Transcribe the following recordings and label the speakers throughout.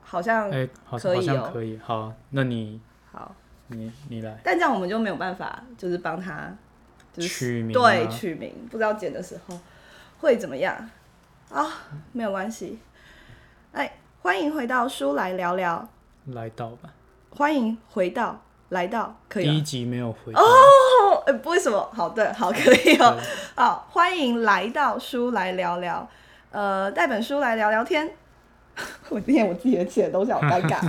Speaker 1: 好像
Speaker 2: 哎、好，
Speaker 1: 可以
Speaker 2: 好
Speaker 1: 哦
Speaker 2: 像可以。好，那你
Speaker 1: 好，
Speaker 2: 你你来
Speaker 1: 但这样我们就没有办法，就是帮他就是
Speaker 2: 取名、啊。
Speaker 1: 对取名，不知道剪的时候会怎么样啊、没有关系。哎，欢迎回到书来聊聊，
Speaker 2: 来到吧。
Speaker 1: 欢迎回到来到，可以
Speaker 2: 第
Speaker 1: 吗
Speaker 2: 一集没有回答。
Speaker 1: 哦，哎、不为什么？好，对，好，可以哦。
Speaker 2: 对
Speaker 1: 好，欢迎来到书来聊聊，呃，带本书来聊聊天。 我念我自己的写的东西好尴尬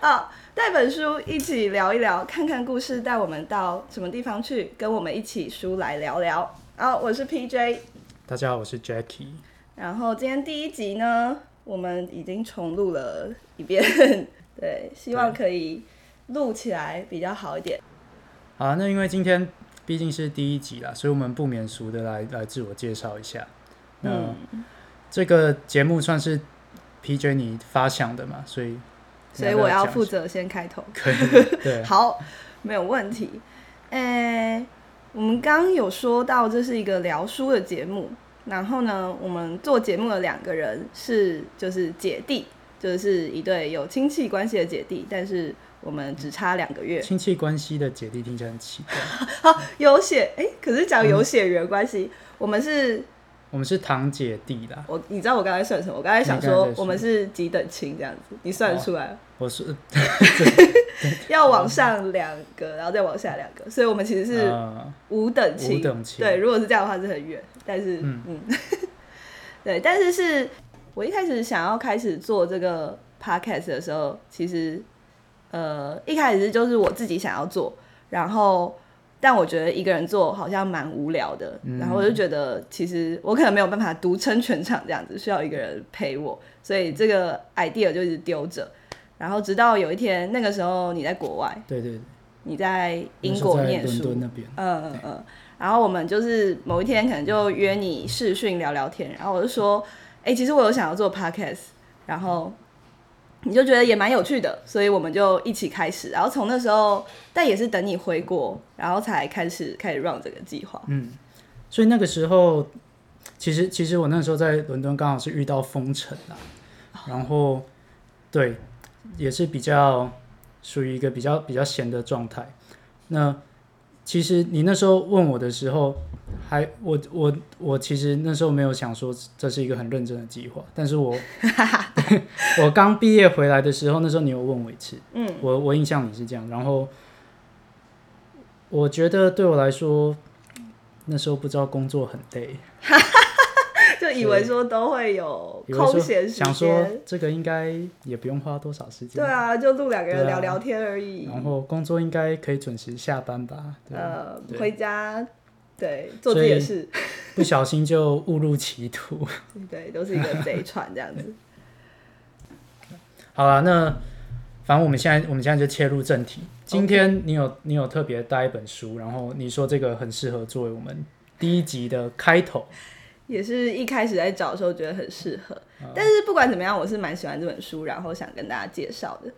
Speaker 1: 啊！带本书一起聊一聊，看看故事带我们到什么地方去，跟我们一起书来聊聊。啊，我是 PJ，
Speaker 2: 大家好，我是 Jackie。
Speaker 1: 然后今天第一集呢，我们已经重录了一遍， 对，希望可以录起来比较好一点。
Speaker 2: 好，那因为今天毕竟是第一集啦，所以我们不免俗的来来自我介绍一下。那、
Speaker 1: 嗯
Speaker 2: 这个节目算是 PJ 你发想的嘛，所以
Speaker 1: 所以我要负
Speaker 2: 负
Speaker 1: 责先开头。
Speaker 2: 可以 对
Speaker 1: 好，没有问题。诶、我们刚刚有说到这是一个聊书的节目，然后呢，我们做节目的两个人是就是姐弟，就是一对有亲戚关系的姐弟，但是我们只差两个月。
Speaker 2: 亲戚关系的姐弟听起来很奇怪。
Speaker 1: 有血诶、可是讲
Speaker 2: 嗯
Speaker 1: 有血缘关系，我们是
Speaker 2: 我们是堂姐弟啦，
Speaker 1: 我，你知道我刚才算什么？我刚才想
Speaker 2: 你刚
Speaker 1: 说
Speaker 2: 才在说哦
Speaker 1: 我们是几等亲这样子，你算得出来吗？
Speaker 2: 我是
Speaker 1: 要往上两个，然后再往下两个，所以我们其实是
Speaker 2: 呃
Speaker 1: 五等亲，
Speaker 2: 五等亲
Speaker 1: 对，如果是这样的话是很远，但是嗯 对，但是是我一开始想要开始做这个 podcast 的时候，其实呃一开始就是我自己想要做，然后但我觉得一个人做好像蛮无聊的，
Speaker 2: 嗯
Speaker 1: 然后我就觉得其实我可能没有办法独撑全场这样子，需要一个人陪我，所以这个 idea 就一直丢着。然后直到有一天，那个时候你在国外，
Speaker 2: 对对，对
Speaker 1: 你在英
Speaker 2: 我
Speaker 1: 国
Speaker 2: 是在
Speaker 1: 念
Speaker 2: 伦
Speaker 1: 书
Speaker 2: 敦，那边。
Speaker 1: 嗯嗯嗯。然后我们就是某一天可能就约你视讯聊聊天，然后我就说，哎、其实我有想要做 podcast，然后你就觉得也蛮有趣的，所以我们就一起开始。然后从那时候，但也是等你回国，然后才开始开始 run 这个计划。
Speaker 2: 所以那个时候，其实其实我那时候在伦敦刚好是遇到封城啦，然后对，也是比较属于一个比较比较闲的状态。那其实你那时候问我的时候，还我我我其实那时候没有想说这是一个很认真的计划，但是我 我刚毕业回来的时候，那时候你有问我一次，嗯，我我印象里是这样，然后我觉得对我来说，那时候不知道工作很累，
Speaker 1: 就以为说都会有
Speaker 2: 以为
Speaker 1: 哦空
Speaker 2: 说
Speaker 1: 闲时
Speaker 2: 想说
Speaker 1: 间，
Speaker 2: 这个应该也不用花多少时间，
Speaker 1: 对啊，就录两个人
Speaker 2: 对啊
Speaker 1: 聊聊天而已。
Speaker 2: 然后工作应该可以准时下班吧，对，啊
Speaker 1: 呃，
Speaker 2: 对
Speaker 1: 回家对做自己的事，
Speaker 2: 不小心就误入歧途。
Speaker 1: 对，都是一个贼船这样子。
Speaker 2: 好了，那反正我们现在我们现在就切入正题。今天你有你有特别带一本书，然后你说这个很适合作为我们第一集的开头，
Speaker 1: 也是一开始在找的时候觉得很适合，
Speaker 2: 啊
Speaker 1: 但是不管怎么样，我是蛮喜欢这本书，然后想跟大家介绍的。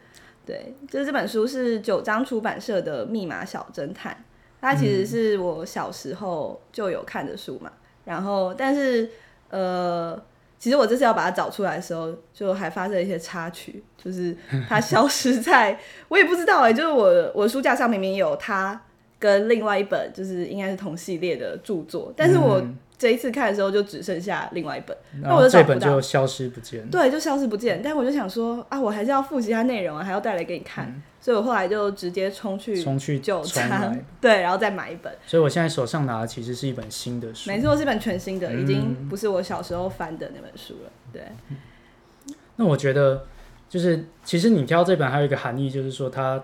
Speaker 1: 对，就是这本书是九章出版社的《密码小侦探》，它其实是我小时候就有看的书嘛。然后，但是呃，其实我这次要把它找出来的时候，就还发生了一些插曲，就是它消失在我也不知道哎、就是我我书架上明明有它跟另外一本就是应该是同系列的著作，但是我这一次看的时候就只剩下另外一本，
Speaker 2: 嗯
Speaker 1: 那
Speaker 2: 然
Speaker 1: 我
Speaker 2: 后
Speaker 1: 就找
Speaker 2: 这
Speaker 1: 不
Speaker 2: 本
Speaker 1: 到，
Speaker 2: 就消失不见了。
Speaker 1: 对，就消失不见。但我就想说啊，我还是要复习它内容啊，还要带来给你看，所以我后来就直接冲去
Speaker 2: 重嗯去
Speaker 1: 九
Speaker 2: 重
Speaker 1: 仓
Speaker 2: 来，，
Speaker 1: 对，然后再买一本。
Speaker 2: 所以我现在手上拿的其实是一本新的书。嗯
Speaker 1: 没错，是本全新的，已经不是我小时候翻的那本书了。对，
Speaker 2: 那我觉得，就是其实你挑这本还有一个含义，就是说它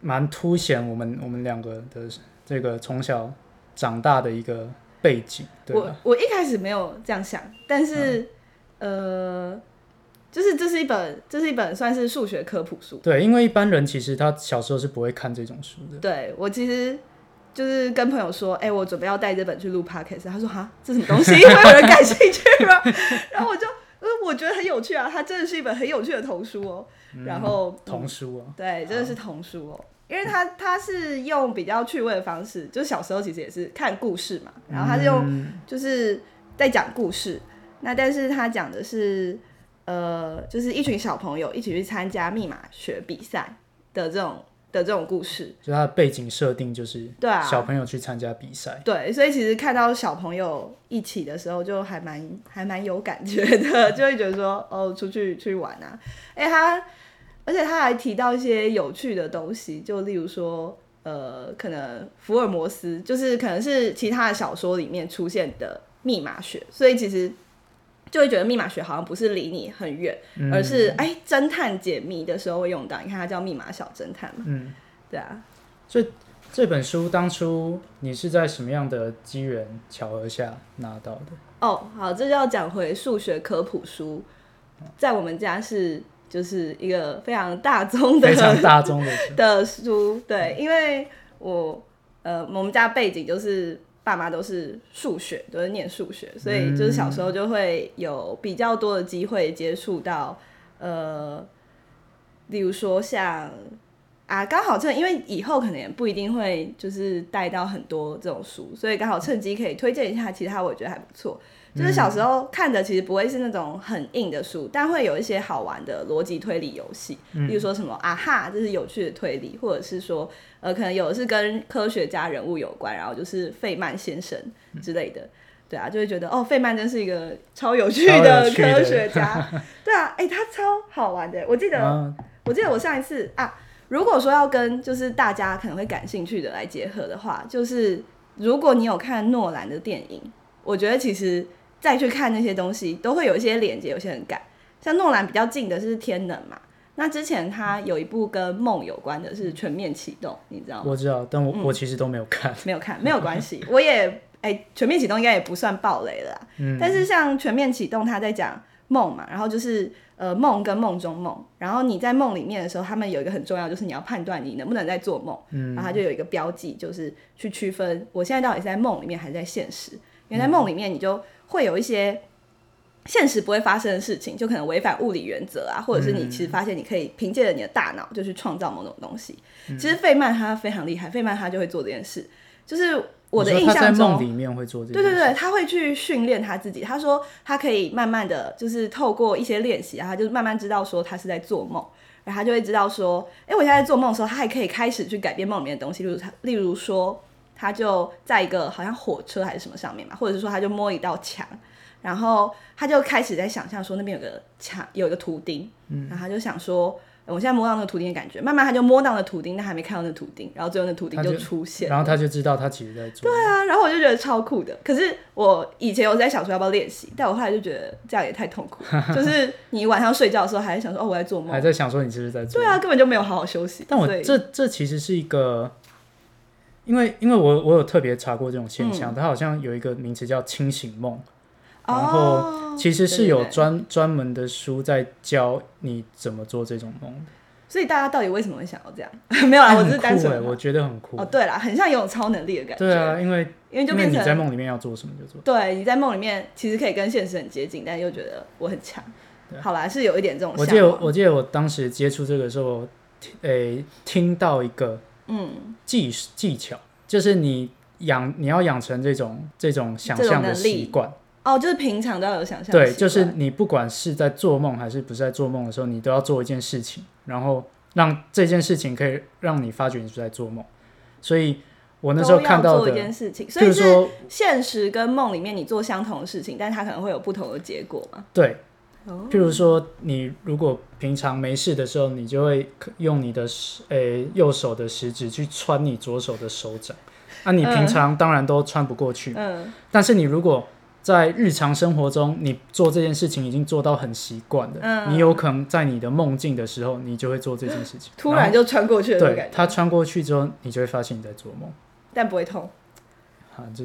Speaker 2: 蛮凸显我们我们两个的这个从小长大的一个背景，对啊吧
Speaker 1: 我？我一开始没有这样想，但是、
Speaker 2: 嗯
Speaker 1: 呃，就是这是一本这是一本算是数学科普书。
Speaker 2: 对，因为一般人其实他小时候是不会看这种书的。
Speaker 1: 对我其实就是跟朋友说，哎、我准备要带这本去录 podcast，他说哈，这什么东西会有人感兴趣吗？ 然后我就呃，我觉得很有趣啊，它真的是一本很有趣的童书哦。然后
Speaker 2: 童书啊，
Speaker 1: 对，真的是童书哦，因为他他是用比较趣味的方式，就是小时候其实也是看故事嘛，然后他是用就是在讲故事，那但是他讲的是呃，就是一群小朋友一起去参加密码学比赛的这种的这种故事。
Speaker 2: 就它的背景设定就是
Speaker 1: 对啊
Speaker 2: 小朋友去参加比赛，
Speaker 1: 对，所以其实看到小朋友一起的时候，就还蛮还蛮有感觉的，就会觉得说哦，出去出去玩啊。 哎、他而且他还提到一些有趣的东西，就例如说。呃，可能福尔摩斯就是可能是其他的小说里面出现的密码学，所以其实就会觉得密码学好像不是离你很远，而是哎侦探解密的时候会用到。你看它叫密码小侦探嘛，
Speaker 2: 嗯，
Speaker 1: 对啊，
Speaker 2: 这本书当初你是在什么样的机缘巧合下拿到的？
Speaker 1: 哦，好，这就要讲回数学科普书，在我们家是就是一个非常大宗的
Speaker 2: 非常嗯大 众的书
Speaker 1: 的书，对，因为我呃，我们家背景就是爸妈都是数学，都、是念数学，所以就是小时
Speaker 2: 嗯
Speaker 1: 候就会有比较多的机会接触到呃，例如说像啊，刚好趁因为以后可能也不一定会就是带到很多这种书，所以刚好趁机可以推荐一下其他，我觉得还不错。就是小时候看的，其实不会是那种很硬的书，但会有一些好玩的逻辑推理游戏，
Speaker 2: 嗯
Speaker 1: 例如说什么啊哈，这是有趣的推理，或者是说呃，可能有的是跟科学家人物有关，然后就是费曼先生之类的，对啊，就会觉得哦，费曼真是一个超有趣
Speaker 2: 嗯超
Speaker 1: 的
Speaker 2: 有趣的
Speaker 1: 科学家，对啊，哎、他超好玩的，我记得
Speaker 2: 啊，
Speaker 1: 我记得我上一次啊，如果说要跟就是大家可能会感兴趣的来结合的话，就是如果你有看诺兰的电影，我觉得其实再去看那些东西，都会有一些连接，有些很感。像诺兰比较近的是《天能》嘛，那之前他有一部跟梦有关的是《全面启动》，你知道吗？
Speaker 2: 我知道，但我、
Speaker 1: 嗯
Speaker 2: 我其实都没有看。
Speaker 1: 没有看，没有关系，我也哎、全面启动》应该也不算暴雷了啦。
Speaker 2: 嗯
Speaker 1: 但是像《全面启动》，他在讲梦嘛，然后就是呃梦跟梦中梦，然后你在梦里面的时候，他们有一个很重要，就是你要判断你能不能在做梦，
Speaker 2: 嗯
Speaker 1: 然后他就有一个标记，就是去区分我现在到底是在梦里面还是在现实，因为在梦里面你就会有一些。现实不会发生的事情，就可能违反物理原则啊，或者是
Speaker 2: 嗯
Speaker 1: 你其实发现你可以凭借着你的大脑就去创造某种东西。
Speaker 2: 嗯
Speaker 1: 其实费曼他非常厉害，费曼他就会做这件事。就是我的
Speaker 2: 你
Speaker 1: 印
Speaker 2: 说他在
Speaker 1: 象中
Speaker 2: 梦，里面会做这
Speaker 1: 对
Speaker 2: 件
Speaker 1: 对
Speaker 2: 事，
Speaker 1: 对，他会去训练他自己。他说他可以慢慢的就是透过一些练习啊，他就慢慢知道说他是在做梦，然后他就会知道说，哎、我现在在做梦的时候，他还可以开始去改变梦里面的东西，例如他，例如说，他就在一个好像火车还是什么上面嘛，或者是说他就摸一道墙。然后他就开始在想象说那边有个墙，有一个图钉，
Speaker 2: 嗯
Speaker 1: 然后他就想说，呃我现在摸到那个图钉的感觉，慢慢他就摸到那个图钉，但还没看到那个图钉，然后最后那个图钉
Speaker 2: 他就
Speaker 1: 就出现了，
Speaker 2: 然后他就知道他其实在做。
Speaker 1: 对啊，然后我就觉得超酷的。可是我以前有在想说要不要练习，但我后来就觉得这样也太痛苦 了，就是你晚上睡觉的时候还在想说哦我在做
Speaker 2: 还
Speaker 1: 梦，
Speaker 2: 在想说你是不是在做
Speaker 1: 对？啊，根本就没有好好休息。
Speaker 2: 但我
Speaker 1: 所以
Speaker 2: 这这其实是一个，因为因为我我有特别查过这种现
Speaker 1: 嗯
Speaker 2: 象，它好像有一个名词叫清醒梦，然后
Speaker 1: 哦
Speaker 2: 其实是
Speaker 1: 对对
Speaker 2: 有
Speaker 1: 对
Speaker 2: 专专门的书在教你怎么做这种梦。
Speaker 1: 所以大家到底为什么会想要这样？ 没有啊啦，我
Speaker 2: 很
Speaker 1: 只是单
Speaker 2: 酷欸
Speaker 1: 纯
Speaker 2: 我觉得很酷
Speaker 1: 哦。。对啦，很像有超能力的感觉，
Speaker 2: 对啊，因为
Speaker 1: 因为就
Speaker 2: 因为
Speaker 1: 变
Speaker 2: 你在
Speaker 1: 成
Speaker 2: 梦里面要做什么就做。
Speaker 1: 对你在梦里面其实可以跟现实很接近，但又觉得我很强。好啦，是有一点这种
Speaker 2: 啊我记
Speaker 1: 向
Speaker 2: 得
Speaker 1: 往。
Speaker 2: 我记得我当时接触这个时候，听诶、听到一个嗯技技巧，就是你养你要养成这种这种想象的习惯，
Speaker 1: 哦，就是平常都要有想象习惯。
Speaker 2: 对，就是你不管是在做梦还是不是在做梦的时候，你都要做一件事情，然后让这件事情可以让你发觉你是在做梦，所以我那时候
Speaker 1: 都要
Speaker 2: 看到
Speaker 1: 做
Speaker 2: 的
Speaker 1: 一，件事情，所
Speaker 2: 就
Speaker 1: 以
Speaker 2: 是
Speaker 1: 是
Speaker 2: 说
Speaker 1: 现实跟梦里面你做相同的事情，但它可能会有不同的结果嘛？
Speaker 2: 对，
Speaker 1: 哦
Speaker 2: 譬如说，你如果平常没事的时候，你就会可用你的食诶、右手的食指去穿你左手的手掌，啊，你平常当然都穿不过去，
Speaker 1: 嗯，
Speaker 2: 但是你如果在日常生活中，你做这件事情已经做到很习惯了，
Speaker 1: 嗯
Speaker 2: 你有可能在你的梦境的时候，你就会做这件事情。
Speaker 1: 突然就穿过去
Speaker 2: 然
Speaker 1: 了那
Speaker 2: 后，
Speaker 1: 种
Speaker 2: 对
Speaker 1: 感觉，
Speaker 2: 它穿过去之后，你就会发现你在做梦。
Speaker 1: 但不会 痛，
Speaker 2: 啊，这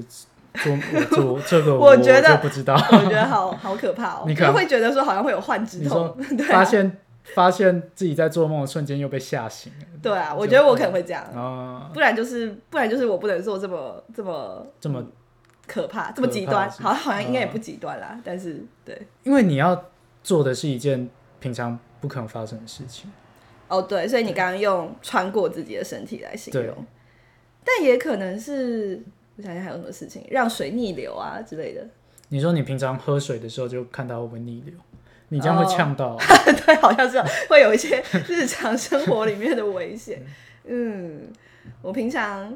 Speaker 2: 做我做这个
Speaker 1: 我觉得
Speaker 2: 就不知道，
Speaker 1: 我觉得好好可怕哦，
Speaker 2: 你可
Speaker 1: 就会觉得说好像会有幻肢
Speaker 2: 你
Speaker 1: 痛
Speaker 2: 说，
Speaker 1: 对
Speaker 2: 发
Speaker 1: 啊
Speaker 2: 现发现自己在做梦的瞬间又被吓醒了。
Speaker 1: 对啊，
Speaker 2: 就
Speaker 1: 我觉得我可能会这样，
Speaker 2: 啊、
Speaker 1: 不然就是不然就是我不能做这么这么
Speaker 2: 这么，
Speaker 1: 可怕这么
Speaker 2: 可
Speaker 1: 极
Speaker 2: 怕
Speaker 1: 端，
Speaker 2: 的事
Speaker 1: 好像好像应该也
Speaker 2: 嗯
Speaker 1: 不极端啦，但是对。
Speaker 2: 因为你要做的是一件平常不可能发生的事情。
Speaker 1: 哦，对，所以你刚刚用穿过自己的身体来形
Speaker 2: 对
Speaker 1: 容，但也可能是我想想还有什么事情，让水逆流啊之类的。
Speaker 2: 你说你平常喝水的时候就看到会不会逆流，你这样会呛到、啊。
Speaker 1: 对，好像是会有一些日常生活里面的危险。嗯，我平常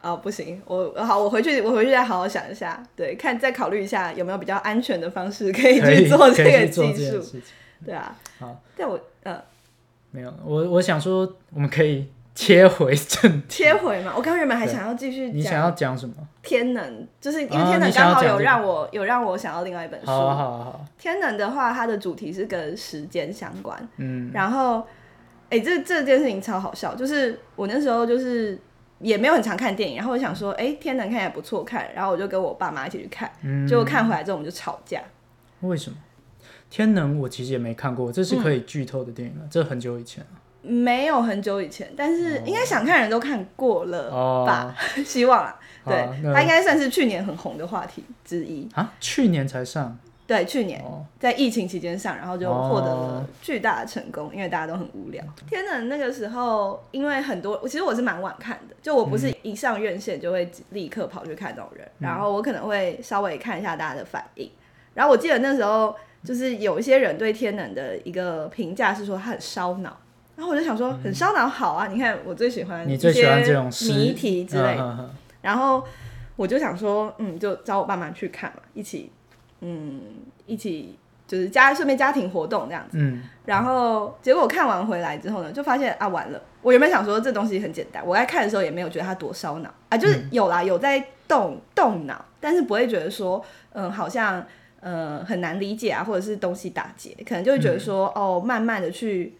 Speaker 1: 啊、不行，我好，我回去我回去再好好想一下，对，看再考虑一下有没有比较安全的方式可以
Speaker 2: 可
Speaker 1: 去
Speaker 2: 以
Speaker 1: 做
Speaker 2: 可
Speaker 1: 这
Speaker 2: 以
Speaker 1: 个
Speaker 2: 去做
Speaker 1: 技
Speaker 2: 这件
Speaker 1: 术
Speaker 2: 事，情。
Speaker 1: 对啊。
Speaker 2: 好，
Speaker 1: 但我呃
Speaker 2: 没有，我我想说，我们可以切回正题。
Speaker 1: 切回嘛，我刚原本还
Speaker 2: 对
Speaker 1: 想要继续
Speaker 2: 你想
Speaker 1: 讲
Speaker 2: 要讲什么？
Speaker 1: 天能，就是因为
Speaker 2: 啊
Speaker 1: 天能
Speaker 2: 你想
Speaker 1: 刚
Speaker 2: 要
Speaker 1: 好有
Speaker 2: 讲这个
Speaker 1: 让我、有让我想到另外一本书。
Speaker 2: 好啊，好啊，好啊。
Speaker 1: 天能的话，它的主题是跟时间相关。
Speaker 2: 嗯，
Speaker 1: 然后，哎、这这件事情超好笑，就是我那时候就是也没有很常看电影，然后我想说，哎、天能看起来不错看，然后我就跟我爸妈一起去看，
Speaker 2: 嗯
Speaker 1: 结果看回来之后我们就吵架。
Speaker 2: 为什么？天能我其实也没看过，这是可以剧透的电影了，这很久以前了
Speaker 1: 没有很久以前，但是应该想看的人都看过了，
Speaker 2: 哦
Speaker 1: 吧。 希望啊，
Speaker 2: 好
Speaker 1: 对
Speaker 2: 啊，那
Speaker 1: 它应该算是去年很红的话题之一。
Speaker 2: 啊，去年才上
Speaker 1: 对，去年
Speaker 2: 哦，
Speaker 1: 在疫情期间上，然后就获得了
Speaker 2: 哦嗯
Speaker 1: 巨大的成功，因为大家都很无聊。天能那个时候，因为很多，其实我是蛮晚看的，就我不
Speaker 2: 嗯
Speaker 1: 是一上院线就会立刻跑去看那种人，然后我可能会稍微看一下大家的反应。然后我记得那时候就是有一些人对天能的一个评价是说他很烧脑，然后我就想说很烧脑好啊，你看我最喜欢
Speaker 2: 嗯你
Speaker 1: 一
Speaker 2: 最喜欢这
Speaker 1: 些
Speaker 2: 种诗
Speaker 1: 谜题之类的，
Speaker 2: 嗯嗯嗯
Speaker 1: 然后我就想说，嗯，就找我爸妈去看嘛，一起，嗯，一起就是家顺便家庭活动这样子。
Speaker 2: 嗯，
Speaker 1: 然后结果我看完回来之后呢，就发现啊完了，我原本想说这东西很简单，我在看的时候也没有觉得它多烧脑啊，
Speaker 2: 嗯
Speaker 1: 就是有啦，有在动动脑，但是不会觉得说，嗯，好像呃很难理解啊，或者是东西打结，可能就会觉得说，
Speaker 2: 嗯
Speaker 1: 哦，慢慢的去。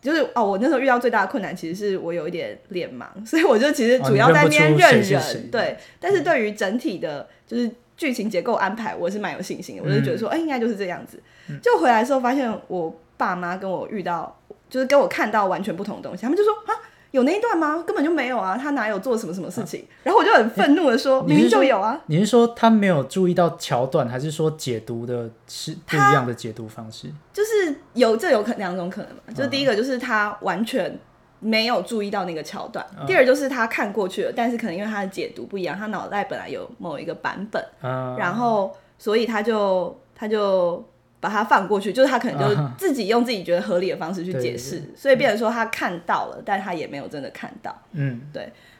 Speaker 1: 就是哦，我那时候遇到最大的困难，其实是我有一点脸盲，所以我就其实
Speaker 2: 哦
Speaker 1: 主
Speaker 2: 你
Speaker 1: 要
Speaker 2: 认
Speaker 1: 在
Speaker 2: 不
Speaker 1: 那边
Speaker 2: 出
Speaker 1: 认
Speaker 2: 谁是
Speaker 1: 人，
Speaker 2: 谁
Speaker 1: 对。但是对于整体的，就是剧情结构安排，我是蛮有信心的。我就觉
Speaker 2: 嗯
Speaker 1: 得说，哎、应该就是这样子。就回来的时候，发现我爸妈跟我遇到，就是跟我看到完全不同的东西，他们就说啊。有那一段吗？根本就没有啊！他哪有做什么什么事情？然后我就很愤怒的说，
Speaker 2: 你
Speaker 1: 明
Speaker 2: 是
Speaker 1: 明就
Speaker 2: 说
Speaker 1: 有啊！
Speaker 2: 你是说他没有注意到桥段，还是说解读的是不一
Speaker 1: 他
Speaker 2: 样的解读方式？
Speaker 1: 就是有这有可两种可能嘛，就是
Speaker 2: 嗯
Speaker 1: 第一个就是他完全没有注意到那个桥段，
Speaker 2: 嗯
Speaker 1: 第二就是他看过去了，但是可能因为他的解读不一样，他脑袋本来有某一个版本，
Speaker 2: 啊、
Speaker 1: 然后所以他就他就把它放过去，就是他可能就自己用自己觉得合理的方式去
Speaker 2: 对
Speaker 1: 解
Speaker 2: 啊对
Speaker 1: 释，所以变成说他看到了，但他也没有真的看到。
Speaker 2: 嗯，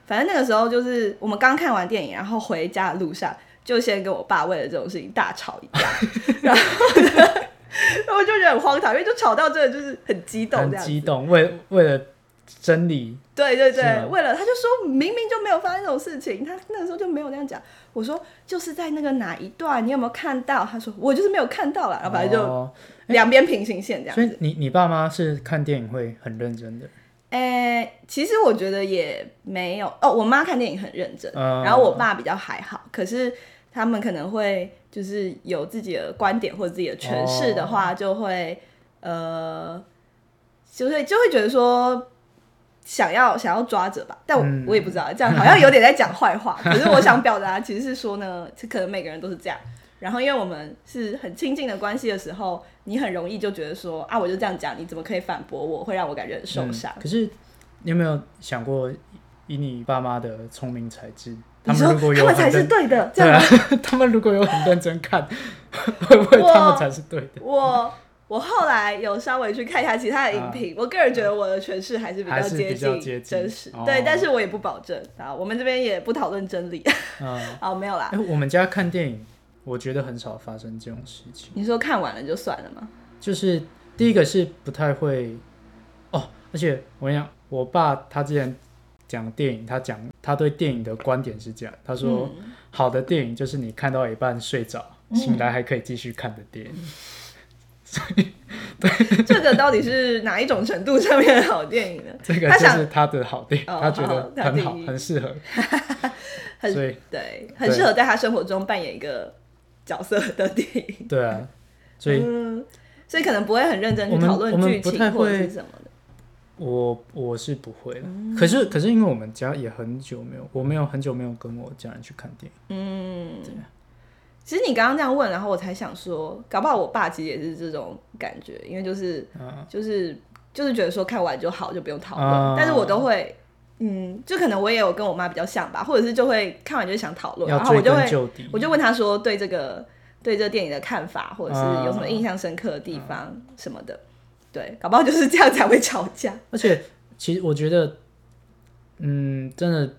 Speaker 1: 反正那个时候就是我们刚看完电影，然后回家的路上就先跟我爸为了这种事情大吵一架， 然后呢， 然后我就觉得很荒唐，因为就吵到真的就是很激动
Speaker 2: 很
Speaker 1: 这样
Speaker 2: 激
Speaker 1: 子。
Speaker 2: 动，为为了真理，
Speaker 1: 对对对
Speaker 2: 是吗，
Speaker 1: 为了他就说明明就没有发生这种事情，他那个时候就没有那样讲。我说就是在那个哪一段，你有没有看到？他说我就是没有看到啦，然后啊反正就
Speaker 2: 哦、
Speaker 1: 两边平行线这样
Speaker 2: 所
Speaker 1: 子。
Speaker 2: 以你你爸妈是看电影会很认真的，
Speaker 1: 诶、其实我觉得也没有哦。我妈看电影很认真，
Speaker 2: 嗯
Speaker 1: 然后我爸比较还好。可是他们可能会就是有自己的观点或者自己的诠释的话，
Speaker 2: 哦
Speaker 1: 就会呃，就会就会觉得说想要想要抓着吧。但我、
Speaker 2: 嗯
Speaker 1: 我也不 知道，这样好像有点在讲坏话。可是我想表达其实是说呢，这可能每个人都是这样。然后，因为我们是很亲近的关系的时候，你很容易就觉得说啊，我就这样讲，你怎么可以反驳我？会让我感觉很受
Speaker 2: 嗯
Speaker 1: 伤。
Speaker 2: 可是你有没有想过，以你爸妈的聪明才智，他
Speaker 1: 你
Speaker 2: 们
Speaker 1: 说
Speaker 2: 如果有
Speaker 1: 们
Speaker 2: 很
Speaker 1: 才是
Speaker 2: 认
Speaker 1: 对的，这
Speaker 2: 对
Speaker 1: 样
Speaker 2: 啊
Speaker 1: 吗？，
Speaker 2: 他们如果有很认真看， 会不会他们才是对的？
Speaker 1: 我我后来有稍微去看一下其他的影评，我个人觉得我的诠释还是比较
Speaker 2: 啊还是
Speaker 1: 接
Speaker 2: 比较
Speaker 1: 近
Speaker 2: 接近
Speaker 1: 真实，
Speaker 2: 哦
Speaker 1: 对，但是我也不保证啊，我们这边也不讨论真理
Speaker 2: 嗯，
Speaker 1: 啊，没有啦
Speaker 2: 哎、。我们家看电影，我觉得很少发生这种事情。
Speaker 1: 你说看完了就算了吗？
Speaker 2: 就是第一个是不太会哦，而且我跟你讲，我爸他之前讲电影，他讲他对电影的观点是这样，他说、
Speaker 1: 嗯
Speaker 2: 好的电影就是你看到一半睡着，醒来还可以继续看的电影。
Speaker 1: 嗯这个到底是哪一种程度上面的好电影呢？
Speaker 2: 这个
Speaker 1: 他
Speaker 2: 就
Speaker 1: 想
Speaker 2: 是他的好电影，
Speaker 1: 哦
Speaker 2: 他觉
Speaker 1: 好
Speaker 2: 得
Speaker 1: 他
Speaker 2: 很
Speaker 1: 定
Speaker 2: 好，
Speaker 1: 义
Speaker 2: 很适合。
Speaker 1: 很
Speaker 2: 所以
Speaker 1: 对，很适合在他生活中扮演一个角色的电影，
Speaker 2: 对啊，所以
Speaker 1: 嗯，所以可能不会很认真去
Speaker 2: 我们
Speaker 1: 讨论
Speaker 2: 我们
Speaker 1: 剧
Speaker 2: 不
Speaker 1: 情
Speaker 2: 太
Speaker 1: 或者
Speaker 2: 会
Speaker 1: 是什么的。
Speaker 2: 我我是不会了。
Speaker 1: 嗯
Speaker 2: 可是可是因为我们家也很久没有，我没有很久没有跟我家人去看电影。
Speaker 1: 其实你刚刚这样问，然后我才想说，搞不好我爸其实也是这种感觉，因为就是、就是就是觉得说看完就好，就不用讨论。
Speaker 2: 嗯啊
Speaker 1: 但是我都会，嗯，就可能我也有跟我妈比较像吧，或者是就会看完就想讨论，
Speaker 2: 要
Speaker 1: 然后
Speaker 2: 追
Speaker 1: 我就
Speaker 2: 根
Speaker 1: 会
Speaker 2: 究底，
Speaker 1: 我就问他说对这个对这个电影的看法，或者是
Speaker 2: 啊
Speaker 1: 有什么印象深刻的地方什么的。对，搞不好就是这样才会吵架。
Speaker 2: 而且其实我觉得，嗯，真的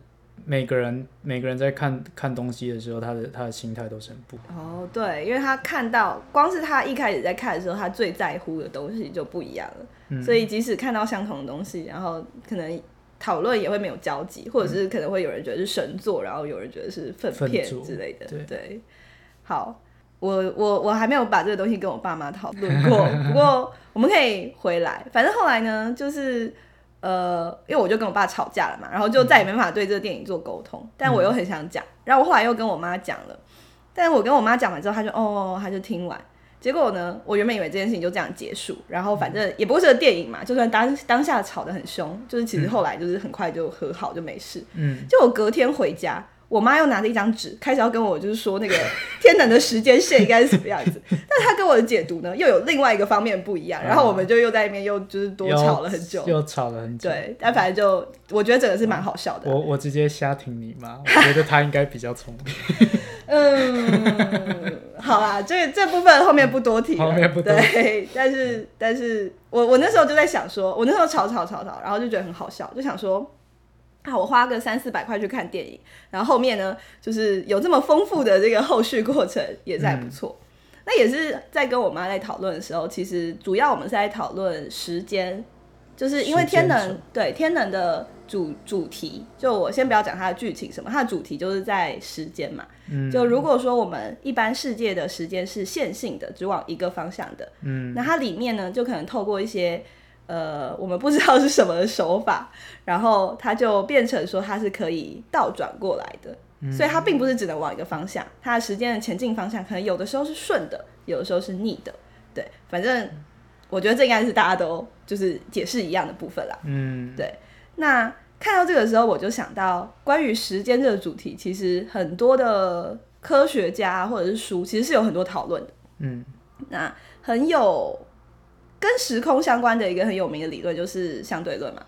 Speaker 2: 每个人每个人在看看东西的时候，他的他的心态都是很不
Speaker 1: 哦，对，因为他看到光是他一开始在看的时候，他最在乎的东西就不一样了，所以即使看到相同的东西，然后可能讨论也会没有交集，或者是可能会有人觉得是神作，然后有人觉得是粪
Speaker 2: 粪
Speaker 1: 片
Speaker 2: 作
Speaker 1: 之类的。
Speaker 2: 对
Speaker 1: 对，好，我我我还没有把这个东西跟我爸妈讨论过，不过我们可以回来。反正后来呢，就是呃，因为我就跟我爸吵架了嘛，然后就再也没办法对这个电影做沟通，但我又很想讲，然后我后来又跟我妈讲了，但我跟我妈讲完之后，她就哦，她就听完。结果呢，我原本以为这件事情就这样结束，然后反正也不过是个电影嘛，就算当当下吵得很凶，就是其实后来就是很快就和好，就没事。
Speaker 2: 嗯，
Speaker 1: 就我隔天回家，我妈又拿着一张纸，开始要跟我就是说那个天能的时间线应该是什么样子。但她跟我的解读呢，又有另外一个方面不一样。然后我们就又在那边又就是多
Speaker 2: 又
Speaker 1: 吵了很久。
Speaker 2: 又吵了很久。
Speaker 1: 对，但反正就我觉得整个是蛮好笑的。
Speaker 2: 我我直接瞎挺你妈，我觉得他应该比较聪 明。
Speaker 1: 嗯，好啦，这这部分后面不多提了，
Speaker 2: 后面不多
Speaker 1: 对，但是但是我我那时候就在想说，我那时候吵吵吵吵，然后就觉得很好笑，就想说。啊，我花个三四百块去看电影，然后后面呢，就是有这么丰富的这个后续过程，也是还不错。那也是在跟我妈在讨论的时候，其实主要我们是在讨论时间，就是因为
Speaker 2: 时间
Speaker 1: 天能
Speaker 2: 轴
Speaker 1: 对天能的主主题，就我先不要讲它的剧情什么，它的主题就是在时间嘛。
Speaker 2: 嗯
Speaker 1: 就如果说我们一般世界的时间是线性的，只往一个方向的，
Speaker 2: 嗯，
Speaker 1: 那它里面呢，就可能透过一些呃我们不知道是什么的手法，然后它就变成说它是可以倒转过来的，所以它并不是只能往一个方向，它的时间的前进方向可能有的时候是顺的，有的时候是逆的，对，反正我觉得这应该是大家都就是解释一样的部分啦。
Speaker 2: 嗯，
Speaker 1: 那看到这个时候，我就想到关于时间这个主题，其实很多的科学家或者是书，其实是有很多讨论的。
Speaker 2: 嗯，
Speaker 1: 那很有跟时空相关的一个很有名的理论就是相对论嘛，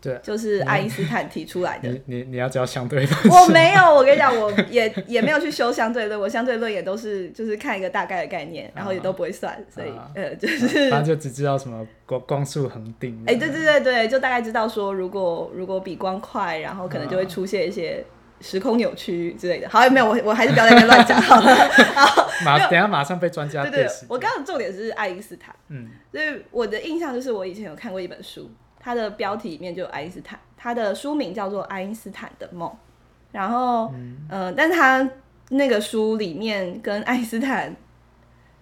Speaker 2: 对，
Speaker 1: 就是爱因斯坦提出来的。
Speaker 2: 你你你要教相对论，
Speaker 1: 我没有，我跟你讲，我也也没有去修相对论，我相对论也都是就是看一个大概的概念，然后也都不会算，所以
Speaker 2: 啊
Speaker 1: 呃， 就是
Speaker 2: 反正就只知道什么光光速恒定。
Speaker 1: 哎、对对对对，就大概知道说，如果如果比光快，然后可能就会出现一些时空扭曲之类的。好，没有，我我还是不要在那边乱讲好了。
Speaker 2: 马等一下马上被专家
Speaker 1: 对对
Speaker 2: diss，
Speaker 1: 我刚刚的重点是爱因斯坦，
Speaker 2: 嗯
Speaker 1: 所以我的印象就是我以前有看过一本书，它的标题里面就有爱因斯坦，它的书名叫做《爱因斯坦的梦》，然后嗯、呃，但它那个书里面跟爱因斯坦。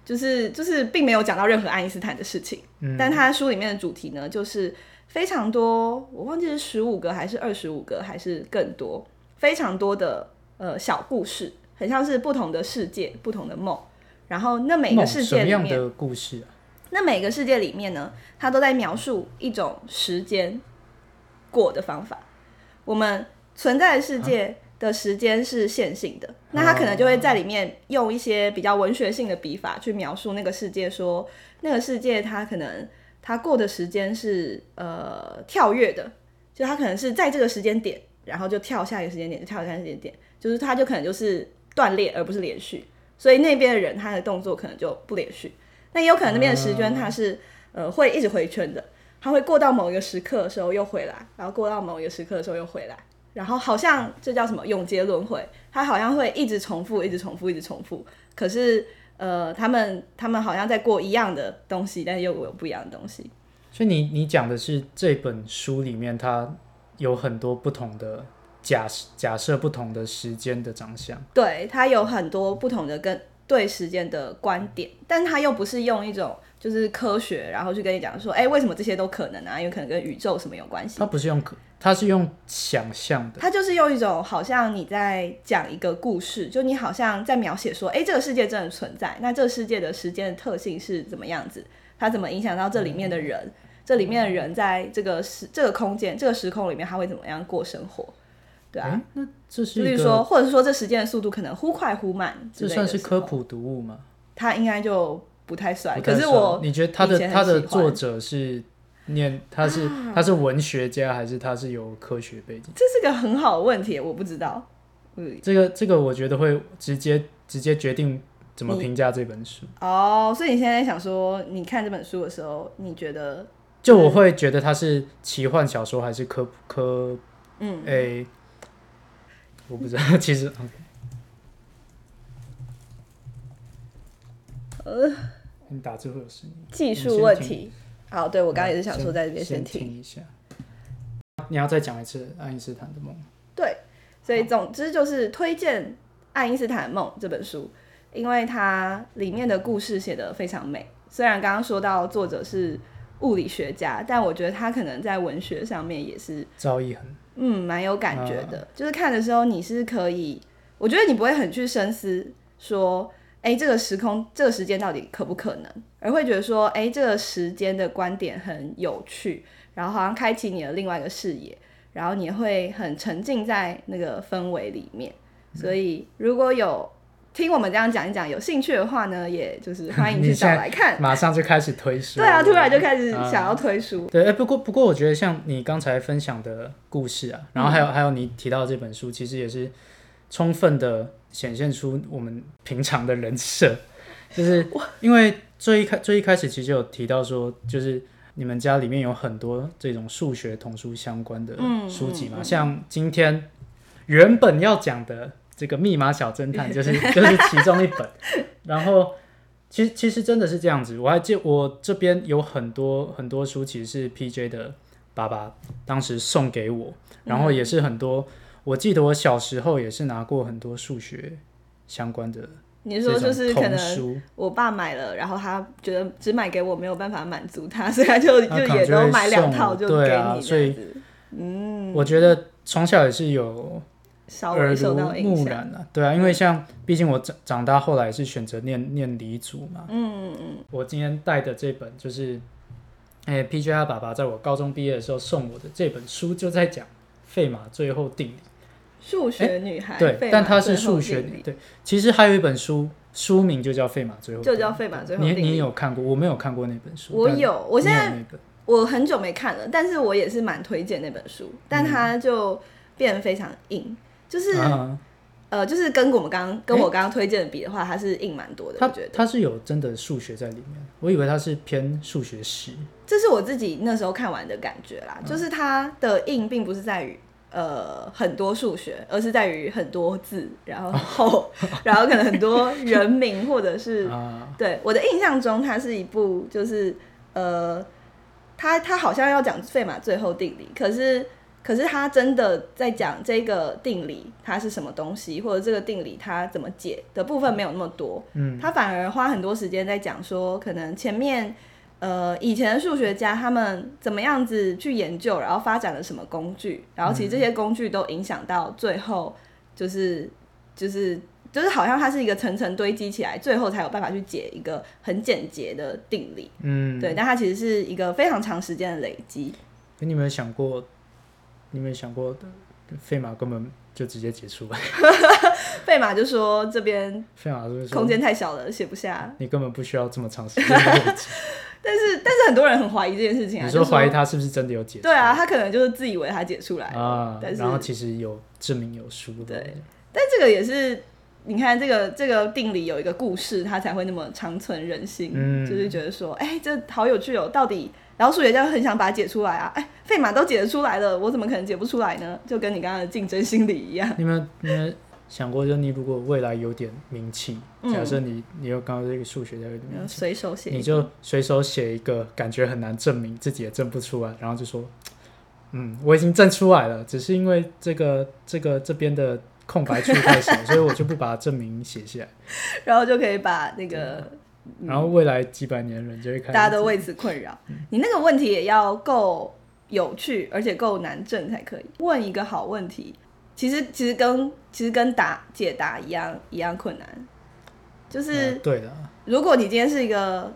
Speaker 1: 就是就是并没有讲到任何爱因斯坦的事情，
Speaker 2: 嗯，
Speaker 1: 但他书里面的主题呢，就是非常多，我忘记是十五个还是二十五个还是更多，非常多的呃小故事，很像是不同的世界、不同的梦。然后那每个
Speaker 2: 梦
Speaker 1: 世界
Speaker 2: 什么
Speaker 1: 里
Speaker 2: 样
Speaker 1: 面，
Speaker 2: 的故事啊？
Speaker 1: 那每个世界里面呢，它都在描述一种时间过的方法。我们存在的世界的时间是线性的，那它可能就会在里面用一些比较文学性的笔法去描述那个世界说那个世界它可能它过的时间是呃跳跃的，就它可能是在这个时间点，然后就跳下一个时间点，就跳下一个时间点，就是它就可能就是断裂而不是连续，所以那边的人他的动作可能就不连续。那也有可能那边的时间它是、呃会一直回圈的，它会过到某一个时刻的时候又回来，然后过到某一个时刻的时候又回来，然后好像这叫什么永劫轮回，它好像会一直重复，一直重复，一直重复。可是呃，他们他们好像在过一样的东西，但是又有不一样的东西。
Speaker 2: 所以你你讲的是这本书里面它有很多不同的假假设不同的时间的长相，
Speaker 1: 对，它有很多不同的跟对时间的观点，但它又不是用一种就是科学，然后去跟你讲说，哎、为什么这些都可能啊？因为可能跟宇宙什么有关系。
Speaker 2: 它不是用可它是用想象的，
Speaker 1: 它就是用一种好像你在讲一个故事，就你好像在描写说，哎、这个世界真的存在，那这个世界的时间的特性是怎么样子，它怎么影响到这里面的
Speaker 2: 嗯
Speaker 1: 人，这里面的人在这个时这个空间、这个时空里面，他会怎么样过生活？对啊，
Speaker 2: 诶那这是
Speaker 1: 就
Speaker 2: 一
Speaker 1: 例
Speaker 2: 个
Speaker 1: 如说，或者是说这时间的速度可能忽快忽慢之
Speaker 2: 这
Speaker 1: 类的
Speaker 2: 算是
Speaker 1: 时
Speaker 2: 科
Speaker 1: 候，
Speaker 2: 普读物吗？
Speaker 1: 它应该就不太算。
Speaker 2: 不太
Speaker 1: 可是
Speaker 2: 算
Speaker 1: 我
Speaker 2: 你觉得他
Speaker 1: 以
Speaker 2: 的
Speaker 1: 前很
Speaker 2: 他的
Speaker 1: 喜欢啊
Speaker 2: 作者是念他是、他是文学家还是他是有科学背景？
Speaker 1: 这是个很好的问题，我不知道。嗯，
Speaker 2: 这个这个我觉得会直接直接决定怎么
Speaker 1: 你
Speaker 2: 评价这本书。
Speaker 1: 哦，所以你现在在想说，你看这本书的时候，你觉得
Speaker 2: 就我会觉得它是奇幻小说还是科普科，嗯，诶、我不知道， 其实嗯
Speaker 1: 呃
Speaker 2: 你打字会有声音。
Speaker 1: 技
Speaker 2: 你
Speaker 1: 术
Speaker 2: 先
Speaker 1: 问
Speaker 2: 停
Speaker 1: 题？好，对我刚刚也是想说在这边
Speaker 2: 先
Speaker 1: 先听。
Speaker 2: 一下。你要再讲一次爱因斯坦的梦，
Speaker 1: 对，所以总之就是推荐《爱因斯坦梦》这本书，因为它里面的故事写得非常美。虽然刚刚说到作者是物理学家，但我觉得他可能在文学上面也是
Speaker 2: 赵一恒。
Speaker 1: 嗯，蛮有感觉的。就是看的时候，你是可以，我觉得你不会很去深思说，哎、这个时空、这个时间到底可不可能，而会觉得说，哎、这个时间的观点很有趣，然后好像开启你的另外一个视野，然后你会很沉浸在那个氛围里面。所以，如果有听我们这样讲一讲，有兴趣的话呢，也就是欢迎
Speaker 2: 你
Speaker 1: 去找
Speaker 2: 现在
Speaker 1: 来看。
Speaker 2: 马上就开 始推书。
Speaker 1: 哎对啊，突然就开始
Speaker 2: 啊
Speaker 1: 想要推书。
Speaker 2: 对，哎、不过不过，我觉得像你刚才分享的故事啊，然后还
Speaker 1: 嗯
Speaker 2: 有、还有你提到这本书，其实也是充分的显现出我们平常的人设，就是因为最一开最一开始其实有提到说，就是你们家里面有很多这种数学童书相关的
Speaker 1: 嗯
Speaker 2: 书籍嘛，
Speaker 1: 嗯嗯
Speaker 2: 像今天原本要讲的这个密码小侦探，就是 就是其中一本，然后。其实其实真的是这样子，我还记我这边有很多很多书，其实是 PJ 的爸爸当时送给我，
Speaker 1: 嗯
Speaker 2: 然后也是很多，我记得我小时候也是拿过很多数学相关的
Speaker 1: 你
Speaker 2: 这
Speaker 1: 说
Speaker 2: 种
Speaker 1: 就是可
Speaker 2: 童
Speaker 1: 能
Speaker 2: 书，
Speaker 1: 我爸买了，然后他觉得只买给我没有办法满足他， 所以他就
Speaker 2: 他
Speaker 1: 就
Speaker 2: 可能
Speaker 1: 也
Speaker 2: 就会
Speaker 1: 都买两
Speaker 2: 送
Speaker 1: 套就
Speaker 2: 对
Speaker 1: 给
Speaker 2: 啊
Speaker 1: 你
Speaker 2: 所
Speaker 1: 这
Speaker 2: 以
Speaker 1: 样子，嗯
Speaker 2: 我觉得从小也是有
Speaker 1: 稍
Speaker 2: 耳
Speaker 1: 微
Speaker 2: 濡
Speaker 1: 受到影
Speaker 2: 目
Speaker 1: 响。
Speaker 2: 染了、对啊，因为像毕竟我长长大后来也是选择念念理组嘛，
Speaker 1: 嗯嗯
Speaker 2: 我今天带的这本就是，哎、p j r 爸爸在我高中毕业的时候送我的这本书，就在讲费马最后定理。
Speaker 1: 嗯，数学女孩
Speaker 2: 哎对，
Speaker 1: 费
Speaker 2: 但
Speaker 1: 马
Speaker 2: 它
Speaker 1: 最
Speaker 2: 是
Speaker 1: 后
Speaker 2: 数学
Speaker 1: 定理
Speaker 2: 对。其实还有一本书，书名就叫费马最后定
Speaker 1: 就
Speaker 2: 理，
Speaker 1: 叫费马最后
Speaker 2: 你
Speaker 1: 定
Speaker 2: 你
Speaker 1: 理。
Speaker 2: 有看过？我没有看过那本书。
Speaker 1: 我
Speaker 2: 但
Speaker 1: 有，我
Speaker 2: 你
Speaker 1: 现在
Speaker 2: 有那本
Speaker 1: 我很久没看了，但是我也是蛮推荐那本书，但它就变得非常硬，就是、
Speaker 2: 嗯啊，
Speaker 1: 呃，就是跟我们刚刚跟
Speaker 2: 诶
Speaker 1: 我刚刚推荐的比的话，它是硬蛮多的，我
Speaker 2: 它
Speaker 1: 觉得。
Speaker 2: 它是有真的数学在里面，我以为它是偏数学史。
Speaker 1: 这是我自己那时候看完的感觉啦，就是它的硬并不是在于呃很多数学，而是在于很多字，然后 厚，然后可能很多人名或者是
Speaker 2: 啊，
Speaker 1: 对我的印象中，它是一部就是呃，它它好像要讲费马最后定理，可是可是它真的在讲这个定理它是什么东西，或者这个定理它怎么解的部分没有那么多，
Speaker 2: 嗯，
Speaker 1: 他反而花很多时间在讲说，可能前面呃以前的数学家他们怎么样子去研究，然后发展了什么工具，然后其实这些工具都影响到最后就是就是就是好像它是一个层层堆积起来，最后才有办法去解一个很简洁的定理。
Speaker 2: 嗯，
Speaker 1: 对，但它其实是一个非常长时间的累积。
Speaker 2: 可你有没有想过？你有没有想过，费马根本就直接结束了？
Speaker 1: 费马就说这边
Speaker 2: 费马是不是说
Speaker 1: 空间太小了，写不下。
Speaker 2: 你根本不需要这 么长时间的累积？
Speaker 1: 但是但是很多人很怀疑这件事情啊，
Speaker 2: 你
Speaker 1: 就
Speaker 2: 说
Speaker 1: 说
Speaker 2: 怀疑他是不是真的有解？
Speaker 1: 对啊，他可能就是自以为他解出来了，
Speaker 2: 啊，
Speaker 1: 但是
Speaker 2: 然后其实有证明有书的。
Speaker 1: 对但这个也是，你看这个这个定理有一个故事，它才会那么长存人心。
Speaker 2: 嗯
Speaker 1: 就是觉得说，哎、这好有趣哦，到底。然后数学家很想把它解出来啊，哎，费马都解得出来了，我怎么可能解不出来呢？就跟你刚刚的竞争心理一样。
Speaker 2: 你们你们想过，就是你如果未来有点名气，
Speaker 1: 嗯
Speaker 2: 假设你你有刚刚这个数学家有点
Speaker 1: 然
Speaker 2: 名
Speaker 1: 后
Speaker 2: 气，
Speaker 1: 随手写一个，
Speaker 2: 嗯你就随手写一个，感觉很难证明自己也证不出来，然后就说，嗯，我已经证出来了，只是因为这个这个这边的空白处太 少，所以我就不把证明写下来。
Speaker 1: 然后就可以把那个
Speaker 2: 然后未来几百年人就会看
Speaker 1: 嗯
Speaker 2: 嗯
Speaker 1: 大家都为此困扰。你那个问题也要够有趣，而且够难证才可以。问一个好问题，其实其实跟其实跟答解答一样一样困难，就是、
Speaker 2: 嗯对的，
Speaker 1: 如果你今天是一个，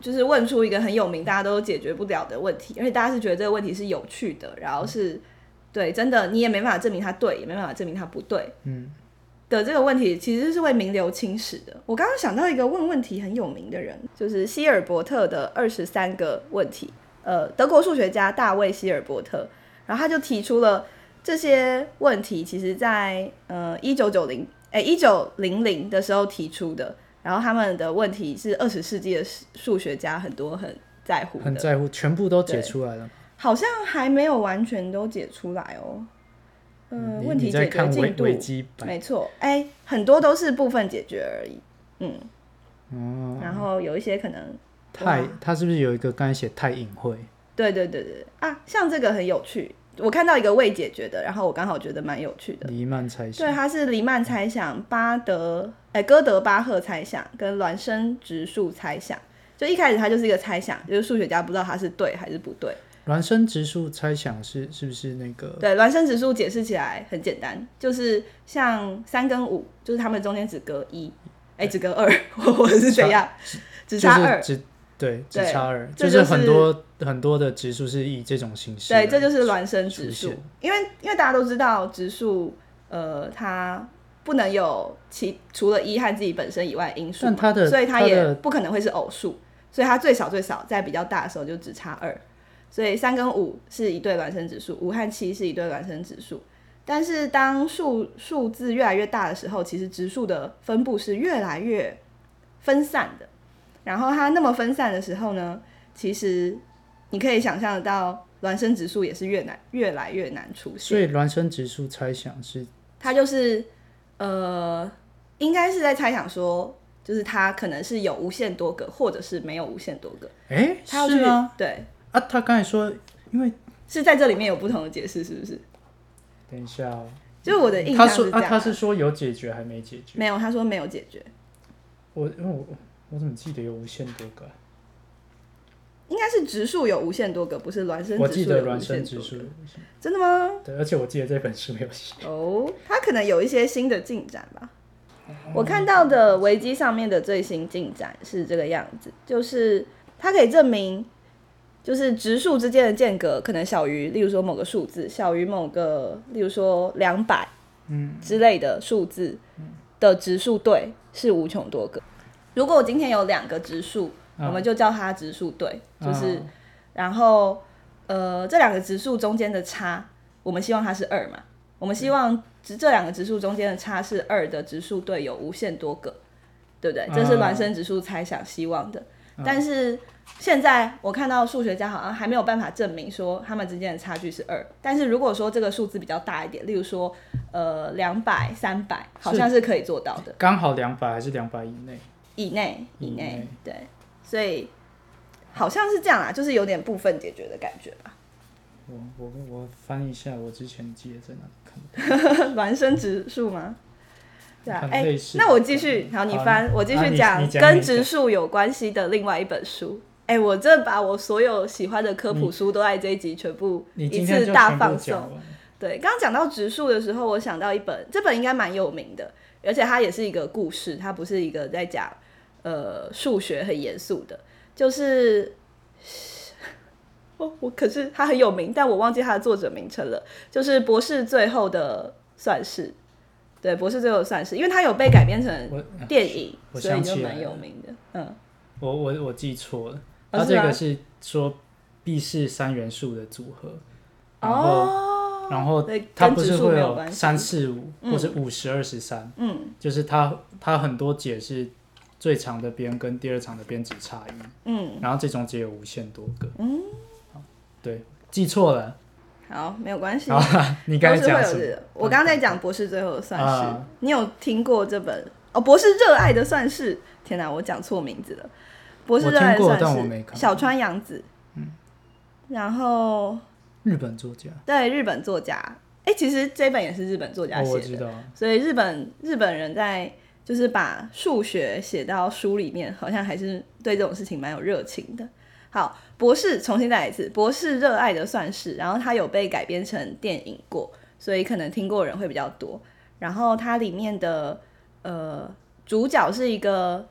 Speaker 1: 就是问出一个很有名、大家都解决不了的问题，而且大家是觉得这个问题是有趣的，然
Speaker 2: 嗯
Speaker 1: 后是对真的，你也没办法证明它对，也没办法证明它不对
Speaker 2: 嗯，
Speaker 1: 的这个问题，其实是会名留青史的。我刚刚想到一个问问题很有名的人，就是希尔伯特的二十三个问题，呃，德国数学家大卫希尔伯特，然后他就提出了这些呃问题，其实在呃一九九零哎一九零零的时候提出的。然后他们的问题是二十世纪的数学家很多很在乎
Speaker 2: 很
Speaker 1: 的，
Speaker 2: 在乎，全部都解出来了。
Speaker 1: 好像还没有完全都解出来哦。嗯、
Speaker 2: 你
Speaker 1: 问题
Speaker 2: 你在
Speaker 1: 解决
Speaker 2: 看维
Speaker 1: 进度
Speaker 2: 维基百
Speaker 1: 没错，哎、很多都是部分解决而已。嗯，
Speaker 2: 哦，
Speaker 1: 然后有一些可能，
Speaker 2: 太他是不是有一个刚才写太隐晦？
Speaker 1: 对对对对啊，像这个很有趣，我看到一个未解决的，然后我刚好觉得蛮有趣的。
Speaker 2: 黎曼猜想
Speaker 1: 对，它是黎曼猜想、巴德哎、哥德巴赫猜想跟孪生植树猜想。就一开始它就是一个猜想，就是数学家不知道它是对还是不对。
Speaker 2: 孪生植树猜想是是不是那个
Speaker 1: 对，孪生植树解释起来很简单，就是像三跟五，就是它们中间只隔一，哎、只隔二， 或或者是怎样，只
Speaker 2: 就
Speaker 1: 差
Speaker 2: 是
Speaker 1: 二。
Speaker 2: 只对只
Speaker 1: 对
Speaker 2: 差二，
Speaker 1: 这
Speaker 2: 是
Speaker 1: 就是
Speaker 2: 很多很多的植树是以这种形式
Speaker 1: 对，
Speaker 2: 来出
Speaker 1: 这
Speaker 2: 现。
Speaker 1: 就是孪生植
Speaker 2: 出
Speaker 1: 树
Speaker 2: 现，
Speaker 1: 因为因为大家都知道植树，呃，它不能有其除了一和自己本身以外的因素嘛，
Speaker 2: 但它的
Speaker 1: 所以
Speaker 2: 它
Speaker 1: 也
Speaker 2: 的
Speaker 1: 不可能会是偶数，所以它最少最少在比较大的时候就只差二，所以三跟五是一对孪生指数，五和七是一对孪生指数。但是当数数字越来越大的时候，其实植数的分布是越来越分散的。然后它那么分散的时候呢，其实你可以想象得到，孪生植数也是越难越来越难出
Speaker 2: 所
Speaker 1: 现。
Speaker 2: 以孪生植树猜想是
Speaker 1: 它就是呃，应该是在猜想说，就是它可能是有无限多个，或者是没有无限多个。
Speaker 2: 哎、
Speaker 1: 它要
Speaker 2: 是
Speaker 1: 去
Speaker 2: 吗？
Speaker 1: 对，
Speaker 2: 啊，他刚才说，因为
Speaker 1: 是在这里面有不同的解释，是不是？
Speaker 2: 等一下、哦，
Speaker 1: 就是我的印
Speaker 2: 他
Speaker 1: 象是这
Speaker 2: 说
Speaker 1: 样
Speaker 2: 啊，
Speaker 1: 啊、
Speaker 2: 他是说有解决还没解决？
Speaker 1: 没有，他说没有解决，
Speaker 2: 我因为我我我怎么记得有无限多个啊、
Speaker 1: 应该是植数有无限多个，不是孪生
Speaker 2: 我
Speaker 1: 植
Speaker 2: 记
Speaker 1: 数有
Speaker 2: 得
Speaker 1: 无
Speaker 2: 孪
Speaker 1: 限多
Speaker 2: 生植树
Speaker 1: 个。，啊真的吗？
Speaker 2: 对，而且我记得这本书没有写。
Speaker 1: 哦，它可能有一些新的进展吧。我看到的维基上面的最新进展是这个样子，就是它可以证明，就是植数之间的间隔可能小于，例如说某个数字小于某个，例如说两百，嗯之类的数字的植数对是无穷多个。如果我今天有两个植数，我们就叫它植数对，就是
Speaker 2: 嗯
Speaker 1: 然后呃，这两个指数中间的差，我们希望它是二嘛？我们希望这这两个指数中间的差是二的指数对有无限多个，对不对？这是孪生指数猜想希望的。但是现在我看到数学家好像还没有办法证明说他们之间的差距是二。但是如果说这个数字比较大一点，例如说呃两百、三百，好像是可以做到的。
Speaker 2: 啊刚好两百还是两百以内？
Speaker 1: 以内，
Speaker 2: 以
Speaker 1: 以
Speaker 2: 内
Speaker 1: 内，对，所以好像是这样啦，就是有点部分解决的感觉吧。
Speaker 2: 我我我翻一下，我之前记得在哪里看的。
Speaker 1: 孪生植数吗？对啊
Speaker 2: 很，
Speaker 1: 哎、
Speaker 2: 类似
Speaker 1: 那我继续，
Speaker 2: 好
Speaker 1: 好，你
Speaker 2: 你
Speaker 1: 翻，我继
Speaker 2: 啊
Speaker 1: 续
Speaker 2: 你
Speaker 1: 讲
Speaker 2: 你讲
Speaker 1: 跟
Speaker 2: 你讲
Speaker 1: 植树有关系的另外一本书。哎、我这把我所有喜欢的科普书都在这一集全部
Speaker 2: 你
Speaker 1: 一
Speaker 2: 今天
Speaker 1: 次
Speaker 2: 就
Speaker 1: 大
Speaker 2: 全
Speaker 1: 放
Speaker 2: 部
Speaker 1: 送
Speaker 2: 讲。完。
Speaker 1: 对，刚刚讲到植树的时候，我想到一本，这本应该蛮有名的，而且它也是一个故事，它不是一个在讲呃数学很严肃的，就是。 我我可是它很有名，但我忘记它的作者名称了。就是博士最后的算式，对，博士最后的算式，因为它有被改编成
Speaker 2: 我
Speaker 1: 电影，
Speaker 2: 我
Speaker 1: 所以
Speaker 2: 想起
Speaker 1: 就
Speaker 2: 来
Speaker 1: 蛮有
Speaker 2: 了
Speaker 1: 名的。嗯，
Speaker 2: 我我我记错了，
Speaker 1: 哦
Speaker 2: 它
Speaker 1: 是
Speaker 2: 这个
Speaker 1: 吗
Speaker 2: 是说必是三元素的组合，然后、
Speaker 1: 哦，
Speaker 2: 然后
Speaker 1: 对
Speaker 2: 它
Speaker 1: 跟
Speaker 2: 不
Speaker 1: 指
Speaker 2: 是
Speaker 1: 数
Speaker 2: 会
Speaker 1: 没有关系
Speaker 2: 三四五或者五十二十三，
Speaker 1: 嗯
Speaker 2: 就是它它很多解是最长的边跟第二长的边只差一，
Speaker 1: 嗯，
Speaker 2: 然后这种解有无限多个。嗯，对，记错了。
Speaker 1: 好，没有关系。
Speaker 2: 好，你刚才
Speaker 1: 都是会
Speaker 2: 讲
Speaker 1: 有
Speaker 2: 什
Speaker 1: 这
Speaker 2: 么？
Speaker 1: 个。我刚刚在讲《博士最后的算式》
Speaker 2: 啊
Speaker 1: 你有听过这本哦？《博士热爱的算式》，天哪，我讲错名字了，《博士热爱的
Speaker 2: 我听过
Speaker 1: 算式
Speaker 2: 但我没》看过
Speaker 1: 小川洋子，嗯，然后
Speaker 2: 日本作家，
Speaker 1: 对日本作家，哎、其实这本也是日本作家
Speaker 2: 哦，我
Speaker 1: 写
Speaker 2: 知
Speaker 1: 的，
Speaker 2: 道，
Speaker 1: 所以日本日本人在就是把数学写到书里面，好像还是对这种事情蛮有热情的。好，博士重新再来一次，博士热爱的算式，然后它有被改编成电影过，所以可能听过人会比较多。然后它里面的呃主角是一个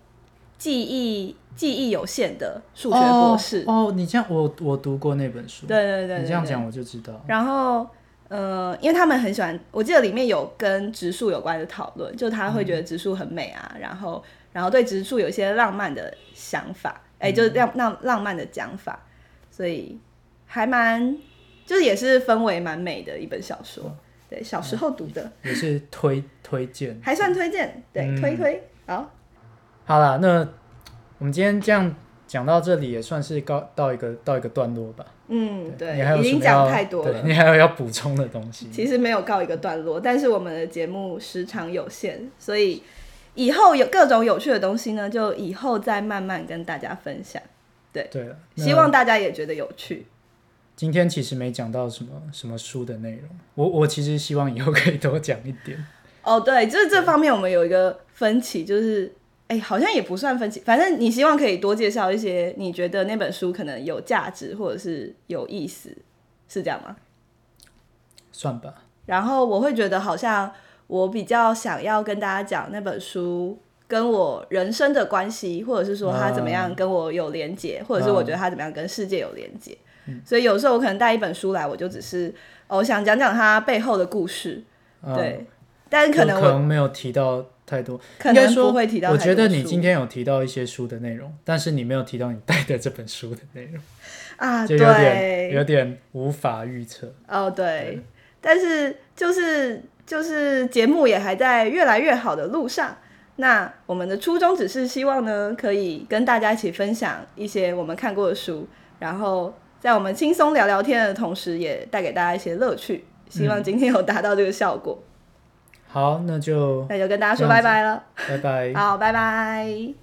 Speaker 1: 记忆记忆有限的数学博士，
Speaker 2: 哦。哦，你这样，我我读过那本书，
Speaker 1: 对对对对
Speaker 2: 你这样讲我就知道。
Speaker 1: 然后，呃，因为他们很喜欢，我记得里面有跟植树有关的讨论，就他会觉得植树很美
Speaker 2: 嗯
Speaker 1: 啊，然后，然后对植树有一些浪漫的想法，
Speaker 2: 嗯
Speaker 1: 哎、就是浪浪浪漫的讲法，所以还蛮，就是也是氛围蛮美的一本小
Speaker 2: 嗯
Speaker 1: 说，对，小时候读的，
Speaker 2: 也是推推荐。嗯
Speaker 1: 还算推荐，对，推推，好，
Speaker 2: 好啦，那我们今天这样讲到这里，也算是告到一个到一个段落吧。
Speaker 1: 嗯，
Speaker 2: 你
Speaker 1: 对，
Speaker 2: 还有
Speaker 1: 已
Speaker 2: 什
Speaker 1: 经
Speaker 2: 么要
Speaker 1: 讲太多
Speaker 2: 对
Speaker 1: 了。
Speaker 2: 你还有要补充的东西？
Speaker 1: 其实没有告一个段落，但是我们的节目时长有限，所以以后有各种有趣的东西呢，就以后再慢慢跟大家分享。
Speaker 2: 对了，那
Speaker 1: 希望大家也觉得有趣。
Speaker 2: 今天其实没讲到什么什么书的内容，我我其实希望以后可以多讲一点。
Speaker 1: 哦，对，就是这方面我们有一个分歧，就是哎、好像也不算分歧，反正你希望可以多介绍一些你觉得那本书可能有价值或者是有意思，是这样吗？
Speaker 2: 算吧，
Speaker 1: 然后我会觉得好像我比较想要跟大家讲那本书跟我人生的关系，或者是说它怎么
Speaker 2: 啊
Speaker 1: 样跟我有连接，或者是我觉得它怎么样跟世界有连接。
Speaker 2: 嗯
Speaker 1: 所以有时候我可能带一本书来，我就只是哦我想讲讲它背后的故事，
Speaker 2: 嗯、，
Speaker 1: 对，但
Speaker 2: 可
Speaker 1: 可能我
Speaker 2: 能没有提到太多，
Speaker 1: 可
Speaker 2: 应该
Speaker 1: 能
Speaker 2: 说
Speaker 1: 不会提到
Speaker 2: 我
Speaker 1: 太多书。
Speaker 2: 觉得你今天有提到一些书的内容，但是你没有提到你带的这本书的内容，
Speaker 1: 啊，
Speaker 2: 就有点
Speaker 1: 对，
Speaker 2: 有点无法预测。
Speaker 1: 哦对，但是就是就是节目也还在越来越好的路上。那我们的初衷只是希望呢，可以跟大家一起分享一些我们看过的书，然后在我们轻松聊聊天的同时，也带给大家一些乐趣。希
Speaker 2: 嗯
Speaker 1: 望今天有达到这个效果，
Speaker 2: 好，那就
Speaker 1: 那就跟大家说
Speaker 2: 哦这
Speaker 1: 拜
Speaker 2: 样子
Speaker 1: 拜了。
Speaker 2: 拜拜。
Speaker 1: 好，拜拜。